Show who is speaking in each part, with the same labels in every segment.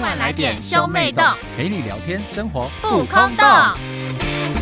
Speaker 1: 快来点兄妹洞，
Speaker 2: 陪你聊天，生活
Speaker 1: 不空洞。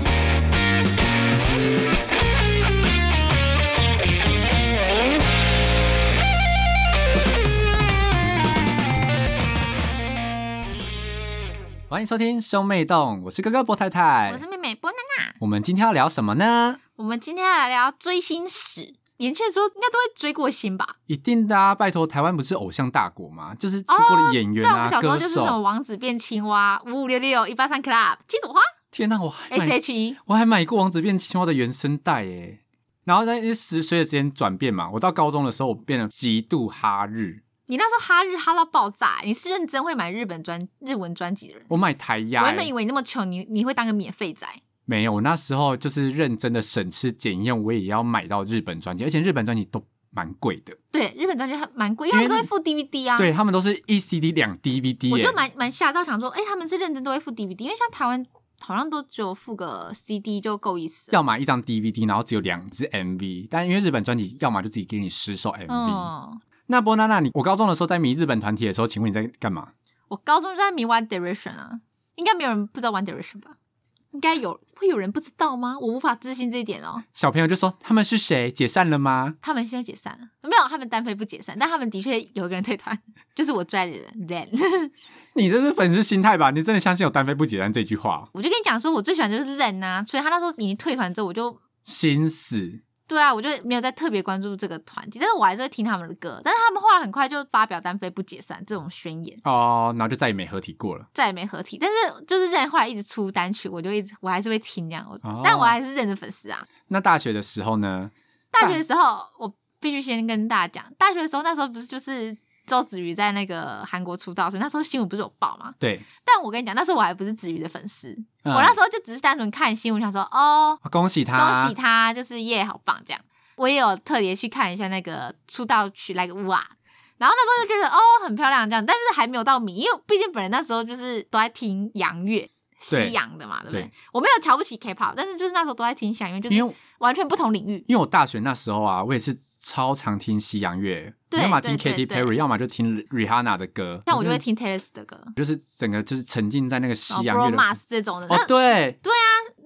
Speaker 2: 欢迎收听兄妹洞，我是哥哥波太太，
Speaker 1: 我是妹妹波娜娜。
Speaker 2: 我们今天要聊什么呢？
Speaker 1: 我们今天要来聊追星史，年轻人说应该都会追过星吧？
Speaker 2: 一定的啊！拜托，台湾不是偶像大国吗？就是出国的演员
Speaker 1: 哦在我
Speaker 2: 啊，
Speaker 1: 们小时候
Speaker 2: 歌
Speaker 1: 就是什么
Speaker 2: 手。
Speaker 1: 王子变青蛙、五五六六、一八三 club、七朵 花、
Speaker 2: 天哪、我还
Speaker 1: S
Speaker 2: 买，
Speaker 1: H E。
Speaker 2: 我还买过《王子变青蛙》的原声带耶。然后在时随着时间转变嘛，我到高中的时候，我变得极度哈日，
Speaker 1: 你那时候哈日哈到爆炸，你是认真会买日本专日文专辑的人。
Speaker 2: 我买台
Speaker 1: 我
Speaker 2: 压
Speaker 1: 原本以
Speaker 2: 耶。
Speaker 1: 为你那么穷，你你会当个免费仔。
Speaker 2: 没有，我那时候就是认真的省吃俭用，我也要买到日本专辑，而且日本专辑都蛮贵的。
Speaker 1: 对，日本专辑还蛮贵，因为他
Speaker 2: 因为
Speaker 1: 们都会附 DVD 啊。
Speaker 2: 对他们都是一 CD 两 DVD，耶
Speaker 1: 我就蛮蛮吓到，想说，哎、他们是认真都会付 DVD，因为像台湾好像都只有付个 CD 就够意思了。
Speaker 2: 要买一张 DVD，然后只有两支 MV，但因为日本专辑要么就自己给你十首 MV。
Speaker 1: 嗯，
Speaker 2: 那波娜娜，你我高中的时候在迷日本团体的时候，请问你在干嘛？
Speaker 1: 我高中就在迷 One Direction 啊，应该没有人不知道 One Direction 吧？应该有会有人不知道吗？我无法置信这一点哦。
Speaker 2: 小朋友就说他们是谁？解散了吗？
Speaker 1: 他们现在解散了，没有，他们单飞不解散，但他们的确有一个人退团， 就是我最爱的人 Zen。
Speaker 2: 你这是粉丝心态吧？你真的相信有单飞不解散这句话？ 哦
Speaker 1: 我就跟你讲说，我最喜欢的就是 Zen 呐、所以他那时候已经退团之后，我就
Speaker 2: 心死！
Speaker 1: 对啊，我就没有再特别关注这个团体，但是我还是会听他们的歌。但是他们后来很快就发表单飞不解散这种宣言，
Speaker 2: 哦，然后就再也没合体过了。
Speaker 1: 再也没合体。但是就是认后来一直出单曲，我就一直我还是会听这样，我、
Speaker 2: 哦
Speaker 1: 但我还是认的粉丝啊。
Speaker 2: 那大学的时候呢？
Speaker 1: 大学的时候，我必须先跟大家讲，大学的时候那时候不是就是周子瑜在那个韩国出道，所以那时候新闻不是有报吗？
Speaker 2: 对，
Speaker 1: 但我跟你讲，那时候我还不是子瑜的粉丝，
Speaker 2: 嗯
Speaker 1: 我那时候就只是单纯看新闻，想说哦，
Speaker 2: 啊恭喜他，
Speaker 1: 恭喜他，就是耶，好棒这样。我也有特别去看一下那个出道曲《来个哇》，然后那时候就觉得哦很漂亮这样，但是还没有到迷，因为毕竟本人那时候就是都在听洋乐。
Speaker 2: 对
Speaker 1: 西洋的嘛，对不对？
Speaker 2: 对
Speaker 1: 我没有瞧不起 K-pop，但是就是那时候都在听西洋乐，就
Speaker 2: 因
Speaker 1: 是
Speaker 2: 为
Speaker 1: 完全不同领域。
Speaker 2: 因为我大学那时候啊，我也是超常听西洋乐，
Speaker 1: 对
Speaker 2: 要么听
Speaker 1: 对对
Speaker 2: Katy Perry，
Speaker 1: 对
Speaker 2: 要么就听 Rihanna 的歌。
Speaker 1: 像我就会听 Taylor Swift 的歌，
Speaker 2: 就是整个就是沉浸在那个
Speaker 1: 然
Speaker 2: 西
Speaker 1: 后
Speaker 2: 洋
Speaker 1: Bruno
Speaker 2: 乐的
Speaker 1: Mars 这种的。
Speaker 2: 哦，
Speaker 1: 那
Speaker 2: 对，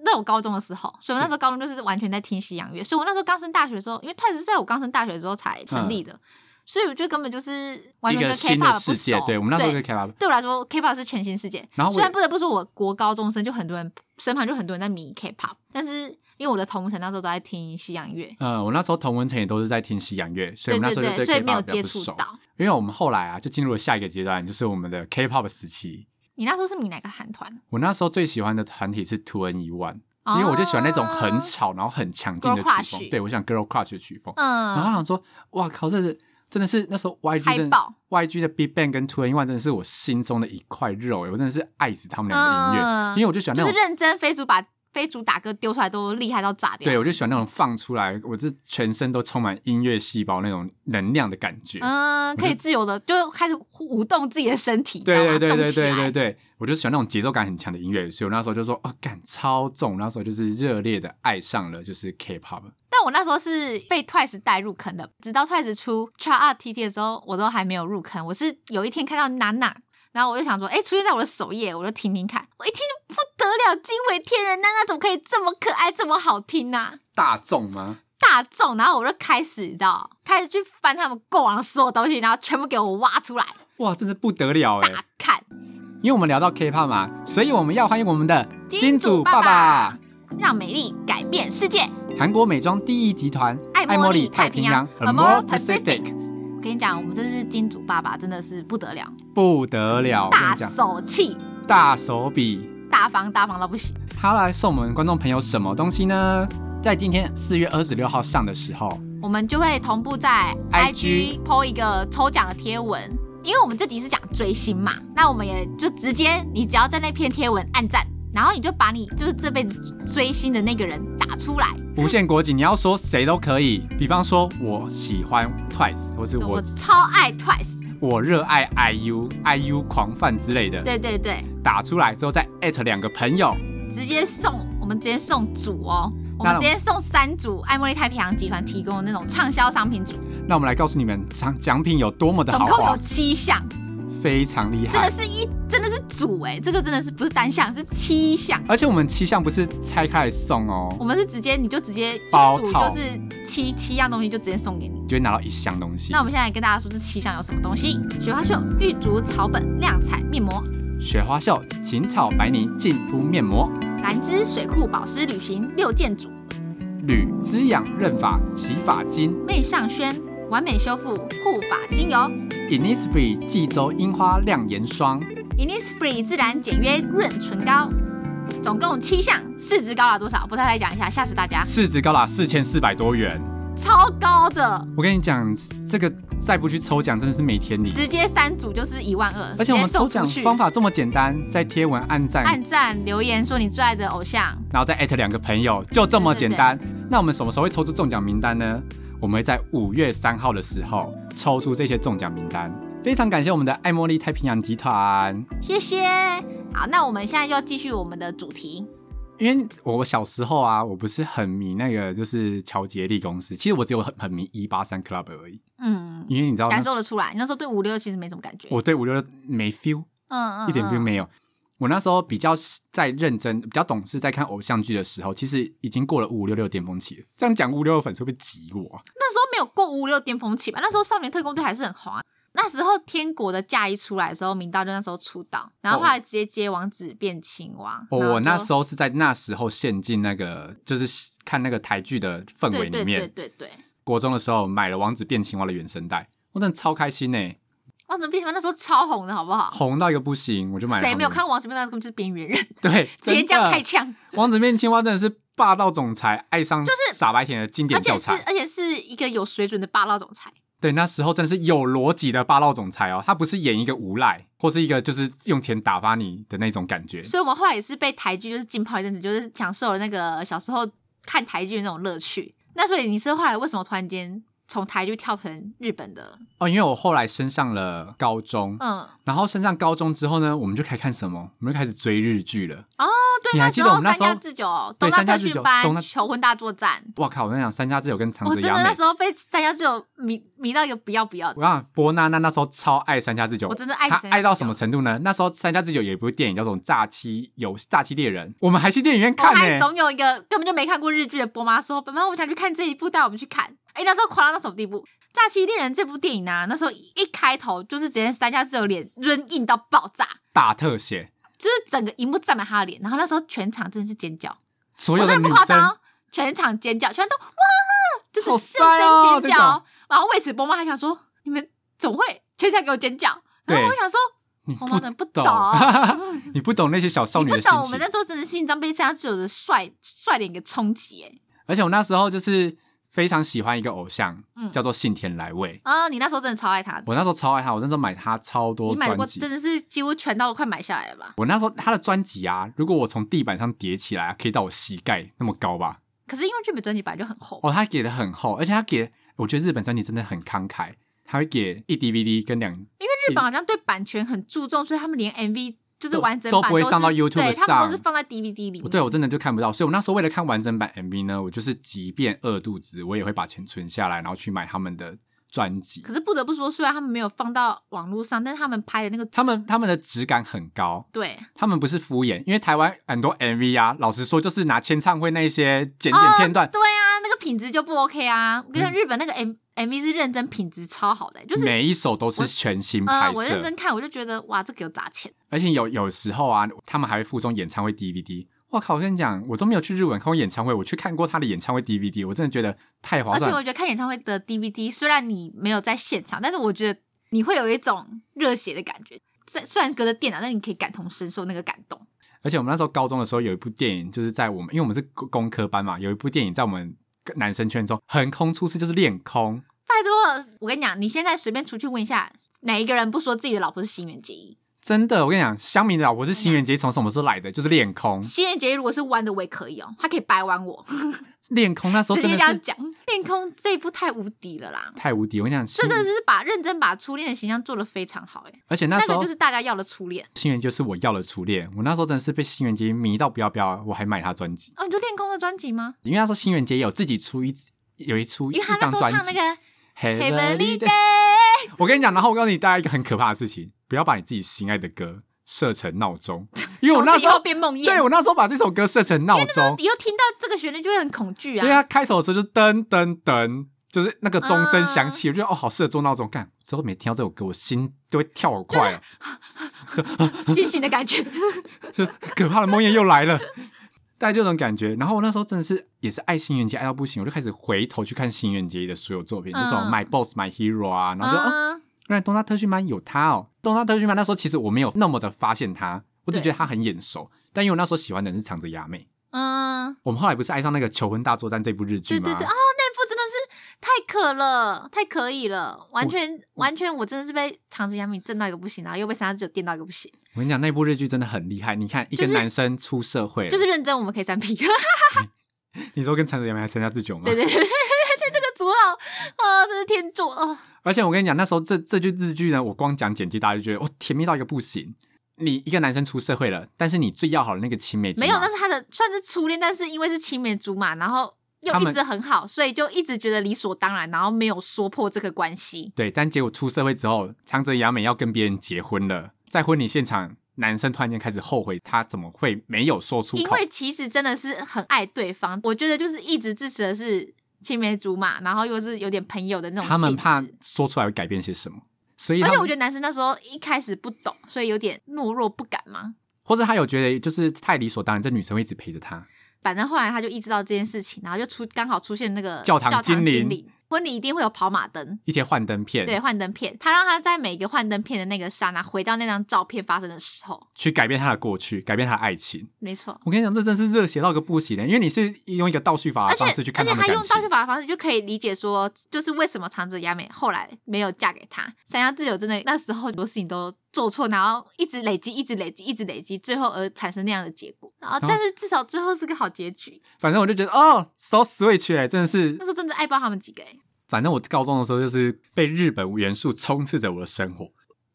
Speaker 1: 那我高中的时候，所以我那时候高中就是完全在听西洋乐。所以我那时候刚升大学的时候，因为 t w 是在我刚升大学的时候才成立的，所以我就根本就是完
Speaker 2: 嗯一
Speaker 1: 全
Speaker 2: 个
Speaker 1: 跟
Speaker 2: 新的
Speaker 1: K-pop 不
Speaker 2: 世界
Speaker 1: 熟。。
Speaker 2: 对我们那时候就 K-pop，
Speaker 1: 对我来说，K-pop 是全新世界。
Speaker 2: 然后我
Speaker 1: 虽然不得不说，我国高中生就很多人身旁就很多人在迷 K-pop，但是因为我的同城那时候都在听西洋乐，
Speaker 2: 呃，我那时候同文层也都是在听西洋乐，所
Speaker 1: 对
Speaker 2: 以我们那时候就
Speaker 1: 对，所以
Speaker 2: K-pop
Speaker 1: 没有
Speaker 2: 比较
Speaker 1: 接
Speaker 2: 不
Speaker 1: 触
Speaker 2: 熟。
Speaker 1: 到。
Speaker 2: 因为我们后来啊，就进入了下一个阶段，就是我们的 K-pop 时期。
Speaker 1: 你那时候是迷哪个韩团？
Speaker 2: 我那时候最喜欢的团体是 Two N 一 One，因为我就喜欢那
Speaker 1: 哦
Speaker 2: 种很吵然后很强劲的
Speaker 1: Girl
Speaker 2: 曲风。
Speaker 1: crush
Speaker 2: 对，我想 Girl Crush 的曲风。然后
Speaker 1: 嗯，
Speaker 2: 我想说，哇靠，这是真的是那时候 YG
Speaker 1: 嗨
Speaker 2: 真的
Speaker 1: 爆
Speaker 2: YG 的 Big Bang 跟 Two N One 真的是我心中的一块肉欸诶，我真的是爱死他们两个音乐，
Speaker 1: 嗯
Speaker 2: 因为我就喜欢那
Speaker 1: 就是
Speaker 2: 种，
Speaker 1: 认真飞主把飞主打歌丢出来都厉害到炸掉。
Speaker 2: 对我就喜欢那种放出来，我这全身都充满音乐细胞那种能量的感觉。
Speaker 1: 嗯，可以自由的就开始舞动自己的身体，
Speaker 2: 对
Speaker 1: 知道吗
Speaker 2: 对对
Speaker 1: 动
Speaker 2: 对
Speaker 1: 起来
Speaker 2: 对对对，我就喜欢那种节奏感很强的音乐，所以我那时候就说，哦，感超重，那时候就是热烈的爱上了就是 K-pop。
Speaker 1: 但我那时候是被 Twice 带入坑的，直到 Twice 出 c h a r T T 的时候，我都还没有入坑。我是有一天看到娜娜，然后我就想说，哎、出现在我的首页，我就听听看。我一听就不得了，惊为天人！娜娜怎么可以这么可爱，这么好听呢、啊？
Speaker 2: 大众吗？
Speaker 1: 大众，然后我就开始，你知道，开始去翻他们过往的所有东西，然后全部给我挖出来
Speaker 2: 哇，真是不得了哎！
Speaker 1: 大看。
Speaker 2: 因为我们聊到 K-pop 嘛，所以我们要欢迎我们的
Speaker 1: 金主
Speaker 2: 爸
Speaker 1: 爸
Speaker 2: 爸
Speaker 1: 爸，让美丽改变世界。
Speaker 2: 韩国美妆第一集团
Speaker 1: 爱茉莉
Speaker 2: 太
Speaker 1: 太
Speaker 2: 平
Speaker 1: 平
Speaker 2: 洋
Speaker 1: 洋
Speaker 2: Amore
Speaker 1: Amore
Speaker 2: Pacific，
Speaker 1: 我跟你讲，我们这是金主爸爸，真的是不得了，
Speaker 2: 不得了，我跟
Speaker 1: 大
Speaker 2: 你讲，
Speaker 1: 手气，
Speaker 2: 大手笔。
Speaker 1: 大方大方到不行。
Speaker 2: 他来送我们观众朋友什么东西呢？在今天四月二十六号上的时候，
Speaker 1: 我们就会同步在
Speaker 2: IG
Speaker 1: IG PO 一个抽奖的贴文，因为我们这集是讲追星嘛，那我们也就直接，你只要在那篇贴文按赞，然后你就把你就是这辈子追星的那个人打出来。
Speaker 2: 无限国籍，你要说谁都可以，比方说我喜欢 Twice，或是
Speaker 1: 我
Speaker 2: 我
Speaker 1: 超爱 Twice，
Speaker 2: 我热爱 IU，IU 狂fan 之类的，
Speaker 1: 对对对，
Speaker 2: 打出来之后再 at 两个朋友，
Speaker 1: 直接送，我们直接送组哦，我
Speaker 2: 那
Speaker 1: 们直接送三组爱茉莉太平洋集团提供的那种畅销商品组，
Speaker 2: 那我们来告诉你们奖奖品有多么的
Speaker 1: 总
Speaker 2: 豪
Speaker 1: 共有
Speaker 2: 华，
Speaker 1: 七项，
Speaker 2: 非常厉
Speaker 1: 真的
Speaker 2: 害。
Speaker 1: 是一真的是组哎、这个真的是不是单项是七项，
Speaker 2: 而且我们七项不是拆开来送哦，
Speaker 1: 我们是直接你就直接一
Speaker 2: 包
Speaker 1: 组
Speaker 2: 套
Speaker 1: 就是七七样东西就直接送给你。
Speaker 2: 你就会拿到一箱东西
Speaker 1: 那。我们现在来跟大家说这七项有什么东西：雪花秀、玉竹草本、亮彩面膜、
Speaker 2: 雪花秀、芹草白泥净肤面膜、
Speaker 1: 兰芝水库保湿旅行六件组、
Speaker 2: 铝滋养润发洗发精、
Speaker 1: 媚尚轩完美修复护发精油、
Speaker 2: Innisfree 济州樱花亮眼霜。
Speaker 1: Innisfree 自然简约润唇膏，总共七项，市值高达多少？不太来讲一下，吓死大家，
Speaker 2: 市值高达四千四百多元。
Speaker 1: 超高的，
Speaker 2: 我跟你讲，这个再不去抽奖真的是没天理。
Speaker 1: 直接三组就是一万二，
Speaker 2: 而且我们
Speaker 1: 直接送
Speaker 2: 抽
Speaker 1: 出
Speaker 2: 奖
Speaker 1: 去
Speaker 2: 方法这么简单，在贴文按赞，
Speaker 1: 按赞留言说你最爱的偶像，
Speaker 2: 然后再艾特两个朋友，就这么
Speaker 1: 对对
Speaker 2: 简单。那我们什么时候会抽出中奖名单呢？我们会在五月三号的时候抽出这些中奖名单。非常感谢我们的爱茉莉太平洋集团，
Speaker 1: 谢谢。好，那我们现在要继续我们的主题，
Speaker 2: 因为我小时候啊，我不是很迷那个就是乔杰利公司，其实我只有很很迷一八三 club 而已。
Speaker 1: 嗯，
Speaker 2: 因为你知道那
Speaker 1: 感
Speaker 2: 时候，
Speaker 1: 受得出来，你那时候对五六其实没什么感觉，
Speaker 2: 我对五六没 feel，
Speaker 1: 嗯嗯，
Speaker 2: 一点 feel
Speaker 1: 嗯。
Speaker 2: 没有。我那时候比较在认真、比较懂事，在看偶像剧的时候，其实已经过了五五六六巅峰期了。这样讲，五六六粉丝会不会挤我啊？
Speaker 1: 那时候没有过五六巅峰期吧？那时候少年特工队还是很红啊。那时候天国的嫁衣出来的时候，明道就那时候出道，然后后来直接接王子变青蛙。
Speaker 2: 哦，
Speaker 1: 然后
Speaker 2: 我
Speaker 1: 就
Speaker 2: 那时候是在那时候陷进那个就是看那个台剧的氛围
Speaker 1: 对
Speaker 2: 里
Speaker 1: 对
Speaker 2: 面。
Speaker 1: 对对对，
Speaker 2: 国中的时候买了《王子变青蛙》的原声带，我真的超开心呢、欸
Speaker 1: 王子变青蛙那时候超红的好不好？
Speaker 2: 红到一个不行，哦我就买了。
Speaker 1: 哦谁没有看？过王子变青蛙？根本就是边缘人，
Speaker 2: 对，
Speaker 1: 直接这样开
Speaker 2: 真的
Speaker 1: 枪，
Speaker 2: 王子变青蛙真的是霸道总裁爱上傻白甜的经典
Speaker 1: 而
Speaker 2: 教
Speaker 1: 且是
Speaker 2: 材。
Speaker 1: 而且是一个有水准的霸道总裁。
Speaker 2: 对，那时候真的是有逻辑的霸道总裁哦，他不是演一个无赖，或是一个就是用钱打发你的那种感觉。
Speaker 1: 所以我们后来也是被台剧就是浸泡一阵子，就是享受了那个小时候看台剧的那种乐趣。那所以你是后来为什么突然间从台剧跳成日本的？
Speaker 2: 哦，因为我后来升上了高中，
Speaker 1: 嗯，
Speaker 2: 然后升上高中之后呢，我们就开始看什么？我们就开始追日剧了。
Speaker 1: 哦，对，
Speaker 2: 你还记得我们那
Speaker 1: 那
Speaker 2: 时候
Speaker 1: 三家之九、东
Speaker 2: 对
Speaker 1: 大
Speaker 2: 三家
Speaker 1: 特
Speaker 2: 之
Speaker 1: 训
Speaker 2: 九东大
Speaker 1: 班、求婚大作战，
Speaker 2: 哇靠！我跟你讲，三家之友跟长
Speaker 1: 我
Speaker 2: 泽
Speaker 1: 哦真
Speaker 2: 雅
Speaker 1: 的
Speaker 2: 美
Speaker 1: 那，时候被三家之九迷迷到一个不要不要的
Speaker 2: 我，看伯纳娜那时候超爱三家之久，
Speaker 1: 我真的爱
Speaker 2: 他
Speaker 1: 三家之久
Speaker 2: 爱到什么程度呢？那时候三家之久有一部电影叫做《诈欺游诈欺猎人》，我们还去电影院
Speaker 1: 我
Speaker 2: 看呢、
Speaker 1: 哦
Speaker 2: 欸
Speaker 1: 还总有一个根本就没看过日剧的波妈说：“本妈，我们想去看这一部，带我们去看。”哎，那时候夸张到什么地步？《假期恋人》这部电影啊，那时候一开头就是直接三家之友脸润硬到爆炸，
Speaker 2: 大特写，
Speaker 1: 就是整个荧幕占满他的脸，然后那时候全场真的是尖叫，
Speaker 2: 所有
Speaker 1: 我
Speaker 2: 的
Speaker 1: 真的
Speaker 2: 女
Speaker 1: 不夸
Speaker 2: 生
Speaker 1: 张，全场尖叫，全都哇，就是
Speaker 2: 好
Speaker 1: 认
Speaker 2: 帅哦
Speaker 1: 真尖叫。
Speaker 2: 这种
Speaker 1: 然后为此，波妈还想说，你们总会全场给我尖叫。然后
Speaker 2: 对
Speaker 1: 我想说，
Speaker 2: 你
Speaker 1: 我
Speaker 2: 不
Speaker 1: 们能不
Speaker 2: 懂
Speaker 1: 懂，嗯
Speaker 2: 你不懂那些小少
Speaker 1: 你
Speaker 2: 女
Speaker 1: 不
Speaker 2: 的心
Speaker 1: 懂，我
Speaker 2: 情
Speaker 1: 们。那时候真的心脏被这样子有的帅帅脸给冲击哎。
Speaker 2: 而且我那时候就是非常喜欢一个偶像，
Speaker 1: 嗯
Speaker 2: 叫做信田来未。
Speaker 1: 啊，你那时候真的超爱他的，
Speaker 2: 我那时候超爱他，我那时候买他超多
Speaker 1: 你买
Speaker 2: 专
Speaker 1: 过
Speaker 2: 辑
Speaker 1: 真。的是几乎全到都快买下来了吧？
Speaker 2: 我那时候他的专辑啊，如果我从地板上叠起来啊，可以到我膝盖那么高吧？
Speaker 1: 可是因为日本专辑本来就很厚，
Speaker 2: 哦，他给的很厚，而且他给，我觉得日本专辑真的很慷慨，他会给一 DVD 跟两
Speaker 1: 因为日本好像对版权很注重，所以他们连 MV 就是
Speaker 2: 都
Speaker 1: 完整
Speaker 2: 都
Speaker 1: 版
Speaker 2: 不会
Speaker 1: 是
Speaker 2: 上到 YouTube
Speaker 1: 对，他们都是
Speaker 2: 上
Speaker 1: 放在 DVD 里面。
Speaker 2: 对我真的就看不到，所以我那时候为了看完整版 MV 呢，我就是即便饿肚子，我也会把钱存下来，然后去买他们的专辑
Speaker 1: 可。是不得不说，虽然他们没有放到网络上，但是他们拍的那个
Speaker 2: 他们他们的质感很高，
Speaker 1: 对
Speaker 2: 他们不是敷衍，因为台湾很多 MV 啊，老实说就是拿签唱会那些剪点片段，
Speaker 1: 哦对啊，那个品质就不 OK 啊。我跟你
Speaker 2: 嗯
Speaker 1: 讲，日本那个 M、MV 是认真品质超好的、就是
Speaker 2: 每一首都是全新
Speaker 1: 呃，
Speaker 2: 拍
Speaker 1: 我
Speaker 2: 摄，
Speaker 1: 认真看，我就觉得哇，这给我砸钱。
Speaker 2: 而且有有时候啊，他们还会附送演唱会 DVD。我靠！我跟你讲，我都没有去日本看过演唱会，我去看过他的演唱会 DVD，我真的觉得太划
Speaker 1: 而且
Speaker 2: 算
Speaker 1: 我
Speaker 2: 了。
Speaker 1: 觉得看演唱会的 DVD，虽然你没有在现场，但是我觉得你会有一种热血的感觉。虽虽然隔着电脑，但你可以感同身受那个感动。
Speaker 2: 而且我们那时候高中的时候有一部电影，就是在我们，因为我们是工工科班嘛，有一部电影在我们男生圈中横空出世，就是恋空。
Speaker 1: 拜托，我跟你讲，你现在随便出去问一下，哪一个人不说自己的老婆是新垣结衣？
Speaker 2: 真的，我跟你讲，香米的老婆是新垣结衣，从什么时候来的？就是恋空。
Speaker 1: 新垣结衣如果是弯的，我也可以哦，她可以掰弯我。
Speaker 2: 恋空那时候
Speaker 1: 直
Speaker 2: 真
Speaker 1: 接
Speaker 2: 的
Speaker 1: 这样
Speaker 2: 是
Speaker 1: 讲，恋空这一部太无敌了啦！
Speaker 2: 太无敌。我跟你讲，
Speaker 1: 这
Speaker 2: 新
Speaker 1: 个是把认真把初恋的形象做得非常好、欸，哎，
Speaker 2: 而且嗯那
Speaker 1: 那
Speaker 2: 时
Speaker 1: 个
Speaker 2: 候
Speaker 1: 就是大家要的初恋。
Speaker 2: 新垣就是我要的初恋。我那时候真的是被新垣结衣迷到不要不要，我还买他专辑，
Speaker 1: 哦，你说恋空的专辑吗？
Speaker 2: 因为那时候新垣结衣有自己出一有一出
Speaker 1: 因
Speaker 2: 一
Speaker 1: 为他那
Speaker 2: 张
Speaker 1: 时候
Speaker 2: 专
Speaker 1: 唱那
Speaker 2: 辑《
Speaker 1: 个《
Speaker 2: Heavenly
Speaker 1: Heavenly
Speaker 2: Day》，
Speaker 1: Day》，
Speaker 2: 我跟你讲，然后我告诉你大家一个很可怕的事情，不要把你自己心爱的歌设成 闹钟，因为我那
Speaker 1: 从
Speaker 2: 时
Speaker 1: 此以后
Speaker 2: 候
Speaker 1: 变梦魇，
Speaker 2: 对我那时候把这首歌设成闹钟，
Speaker 1: 以后听到这个旋律就会很恐惧
Speaker 2: 因
Speaker 1: 啊。
Speaker 2: 为它开头的时候就噔噔噔。就是那个钟
Speaker 1: 啊
Speaker 2: 声响起，我就觉得哦，好适合做闹钟。干之后每听到这首歌，我心都会跳好快哦，
Speaker 1: 惊醒的感觉。
Speaker 2: 这可怕的梦魇又来了，大概就这种感觉。然后我那时候真的是也是爱《新垣结衣》爱到不行，我就开始回头去看新垣结衣的所有作品，那种《
Speaker 1: 嗯
Speaker 2: My Boss My Hero》啊， 然后就、哦，
Speaker 1: 啊，
Speaker 2: 原来东大特训班有他哦。东大特训班那时候其实我没有那么的发现他，我只
Speaker 1: 对
Speaker 2: 觉得他很眼熟，但因为我那时候喜欢的人是长泽雅美。
Speaker 1: 嗯，
Speaker 2: 我们后来不是爱上那个《求婚大作战》这部日剧
Speaker 1: 对
Speaker 2: 吗？
Speaker 1: 对对，哦，那部真的是太可了，太可以了，完全
Speaker 2: 嗯
Speaker 1: 完全，我真的是被长泽雅美震到一个不行，然后又被三十九电到一个不行，
Speaker 2: 我跟你讲，那部日剧真的很厉害。你看，一个
Speaker 1: 就是
Speaker 2: 男生出社会了，
Speaker 1: 就是认真，我们可以三 P。
Speaker 2: 你说跟长泽雅美还参加自酒吗？
Speaker 1: 对 对对，对这个主老啊，这是天助啊，
Speaker 2: 而且我跟你讲，那时候这这句日剧呢，我光讲简介，大家就觉得哦，甜蜜到一个不行。你一个男生出社会了，但是你最要好的那个青梅竹马
Speaker 1: 没有，那是他的算是初恋，但是因为是青梅竹马，然后。又
Speaker 2: 他
Speaker 1: 一
Speaker 2: 们
Speaker 1: 直很好，所以就一直觉得理所当然，然后没有说破这个关系。
Speaker 2: 对，但结果出社会之后，长泽雅美要跟别人结婚了，在婚礼现场，男生突然间开始后悔，他怎么会没有说出
Speaker 1: 因
Speaker 2: 口？
Speaker 1: 为其实真的是很爱对方，我觉得就是一直支持的是青梅竹马，然后又是有点朋友的那种。
Speaker 2: 他们怕，说出来会改变些什么，所以
Speaker 1: 而
Speaker 2: 他
Speaker 1: 且
Speaker 2: 们
Speaker 1: 我觉得男生那时候一开始不懂，所以有点懦弱不敢嘛。
Speaker 2: 或者他有觉得就是太理所当然，这女生会一直陪着他。
Speaker 1: 反正后来他就意识到这件事情，然后就出刚好出现那个
Speaker 2: 教堂精
Speaker 1: 精
Speaker 2: 灵
Speaker 1: 灵婚礼一定会有跑马灯，
Speaker 2: 一天幻灯片，
Speaker 1: 对，幻灯片。他让他在每个幻灯片的那个刹那回到那张照片发生的时候，
Speaker 2: 去改变他的过去，改变他的爱情。
Speaker 1: 没错。
Speaker 2: 我跟你讲，这真是热血到一个不行欸的，因为你是用一个倒叙法
Speaker 1: 而
Speaker 2: 的
Speaker 1: 且
Speaker 2: 方式去看
Speaker 1: 而且
Speaker 2: 们
Speaker 1: 他
Speaker 2: 的
Speaker 1: 用
Speaker 2: 感
Speaker 1: 倒
Speaker 2: 情
Speaker 1: 叙。法的方式就可以理解说，就是为什么长泽雅美后来没有嫁给他。三下智久真的那时候很多事情都做错，然后一直累积，一直累积，一直累积，最后而产生那样的结果。然后，
Speaker 2: 后
Speaker 1: 但是至少最后是个好结局。
Speaker 2: 反正我就觉得哦，so switch 哎、真的是
Speaker 1: 那时候真的爱爆他们几个、欸，
Speaker 2: 反正我高中的时候就是被日本元素充斥着我的生活，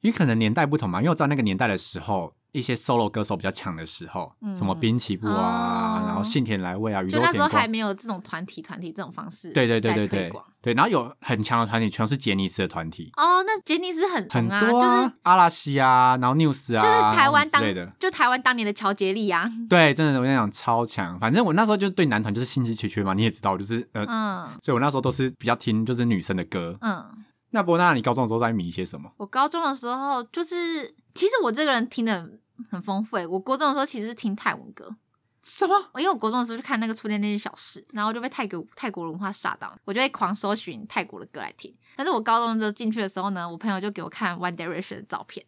Speaker 2: 因为可能年代不同嘛，因为我知道那个年代的时候，一些 solo 歌手比较强的时候，
Speaker 1: 嗯
Speaker 2: 什么滨崎步啊，
Speaker 1: 哦
Speaker 2: 然后信田来未啊，宇
Speaker 1: 就
Speaker 2: 多
Speaker 1: 那
Speaker 2: 田
Speaker 1: 时候还
Speaker 2: 光，
Speaker 1: 没有这种团体团体这种方式
Speaker 2: 对对对对
Speaker 1: 在推
Speaker 2: 对
Speaker 1: 广
Speaker 2: 对，然后有很强的团体，全都是杰尼斯的团体，
Speaker 1: 哦，那杰尼斯很
Speaker 2: 很
Speaker 1: 红啊，
Speaker 2: 多
Speaker 1: 就是
Speaker 2: 啊，阿拉西啊，然后 News 啊，
Speaker 1: 就是台湾
Speaker 2: 然后
Speaker 1: 当
Speaker 2: 之类的，
Speaker 1: 就台湾当年的乔杰利啊，
Speaker 2: 对，真的我跟你讲超强。反正我那时候就对男团就是兴致缺缺嘛，你也知道，就是呃，
Speaker 1: 嗯
Speaker 2: 所以我那时候都是比较听就是女生的歌。
Speaker 1: 嗯。
Speaker 2: 那波娜，你高中的时候在迷一些什么？
Speaker 1: 我高中的时候就是，其实我这个人听的很丰富、欸。我国中的时候其实是听泰文歌，
Speaker 2: 什么？
Speaker 1: 因为我国中的时候就看那个《初恋那件小事》，然后就被泰国泰国文化吓到，我就会狂搜寻泰国的歌来听。但是我高中的时候进去的时候呢，我朋友就给我看 One Direction 的照片，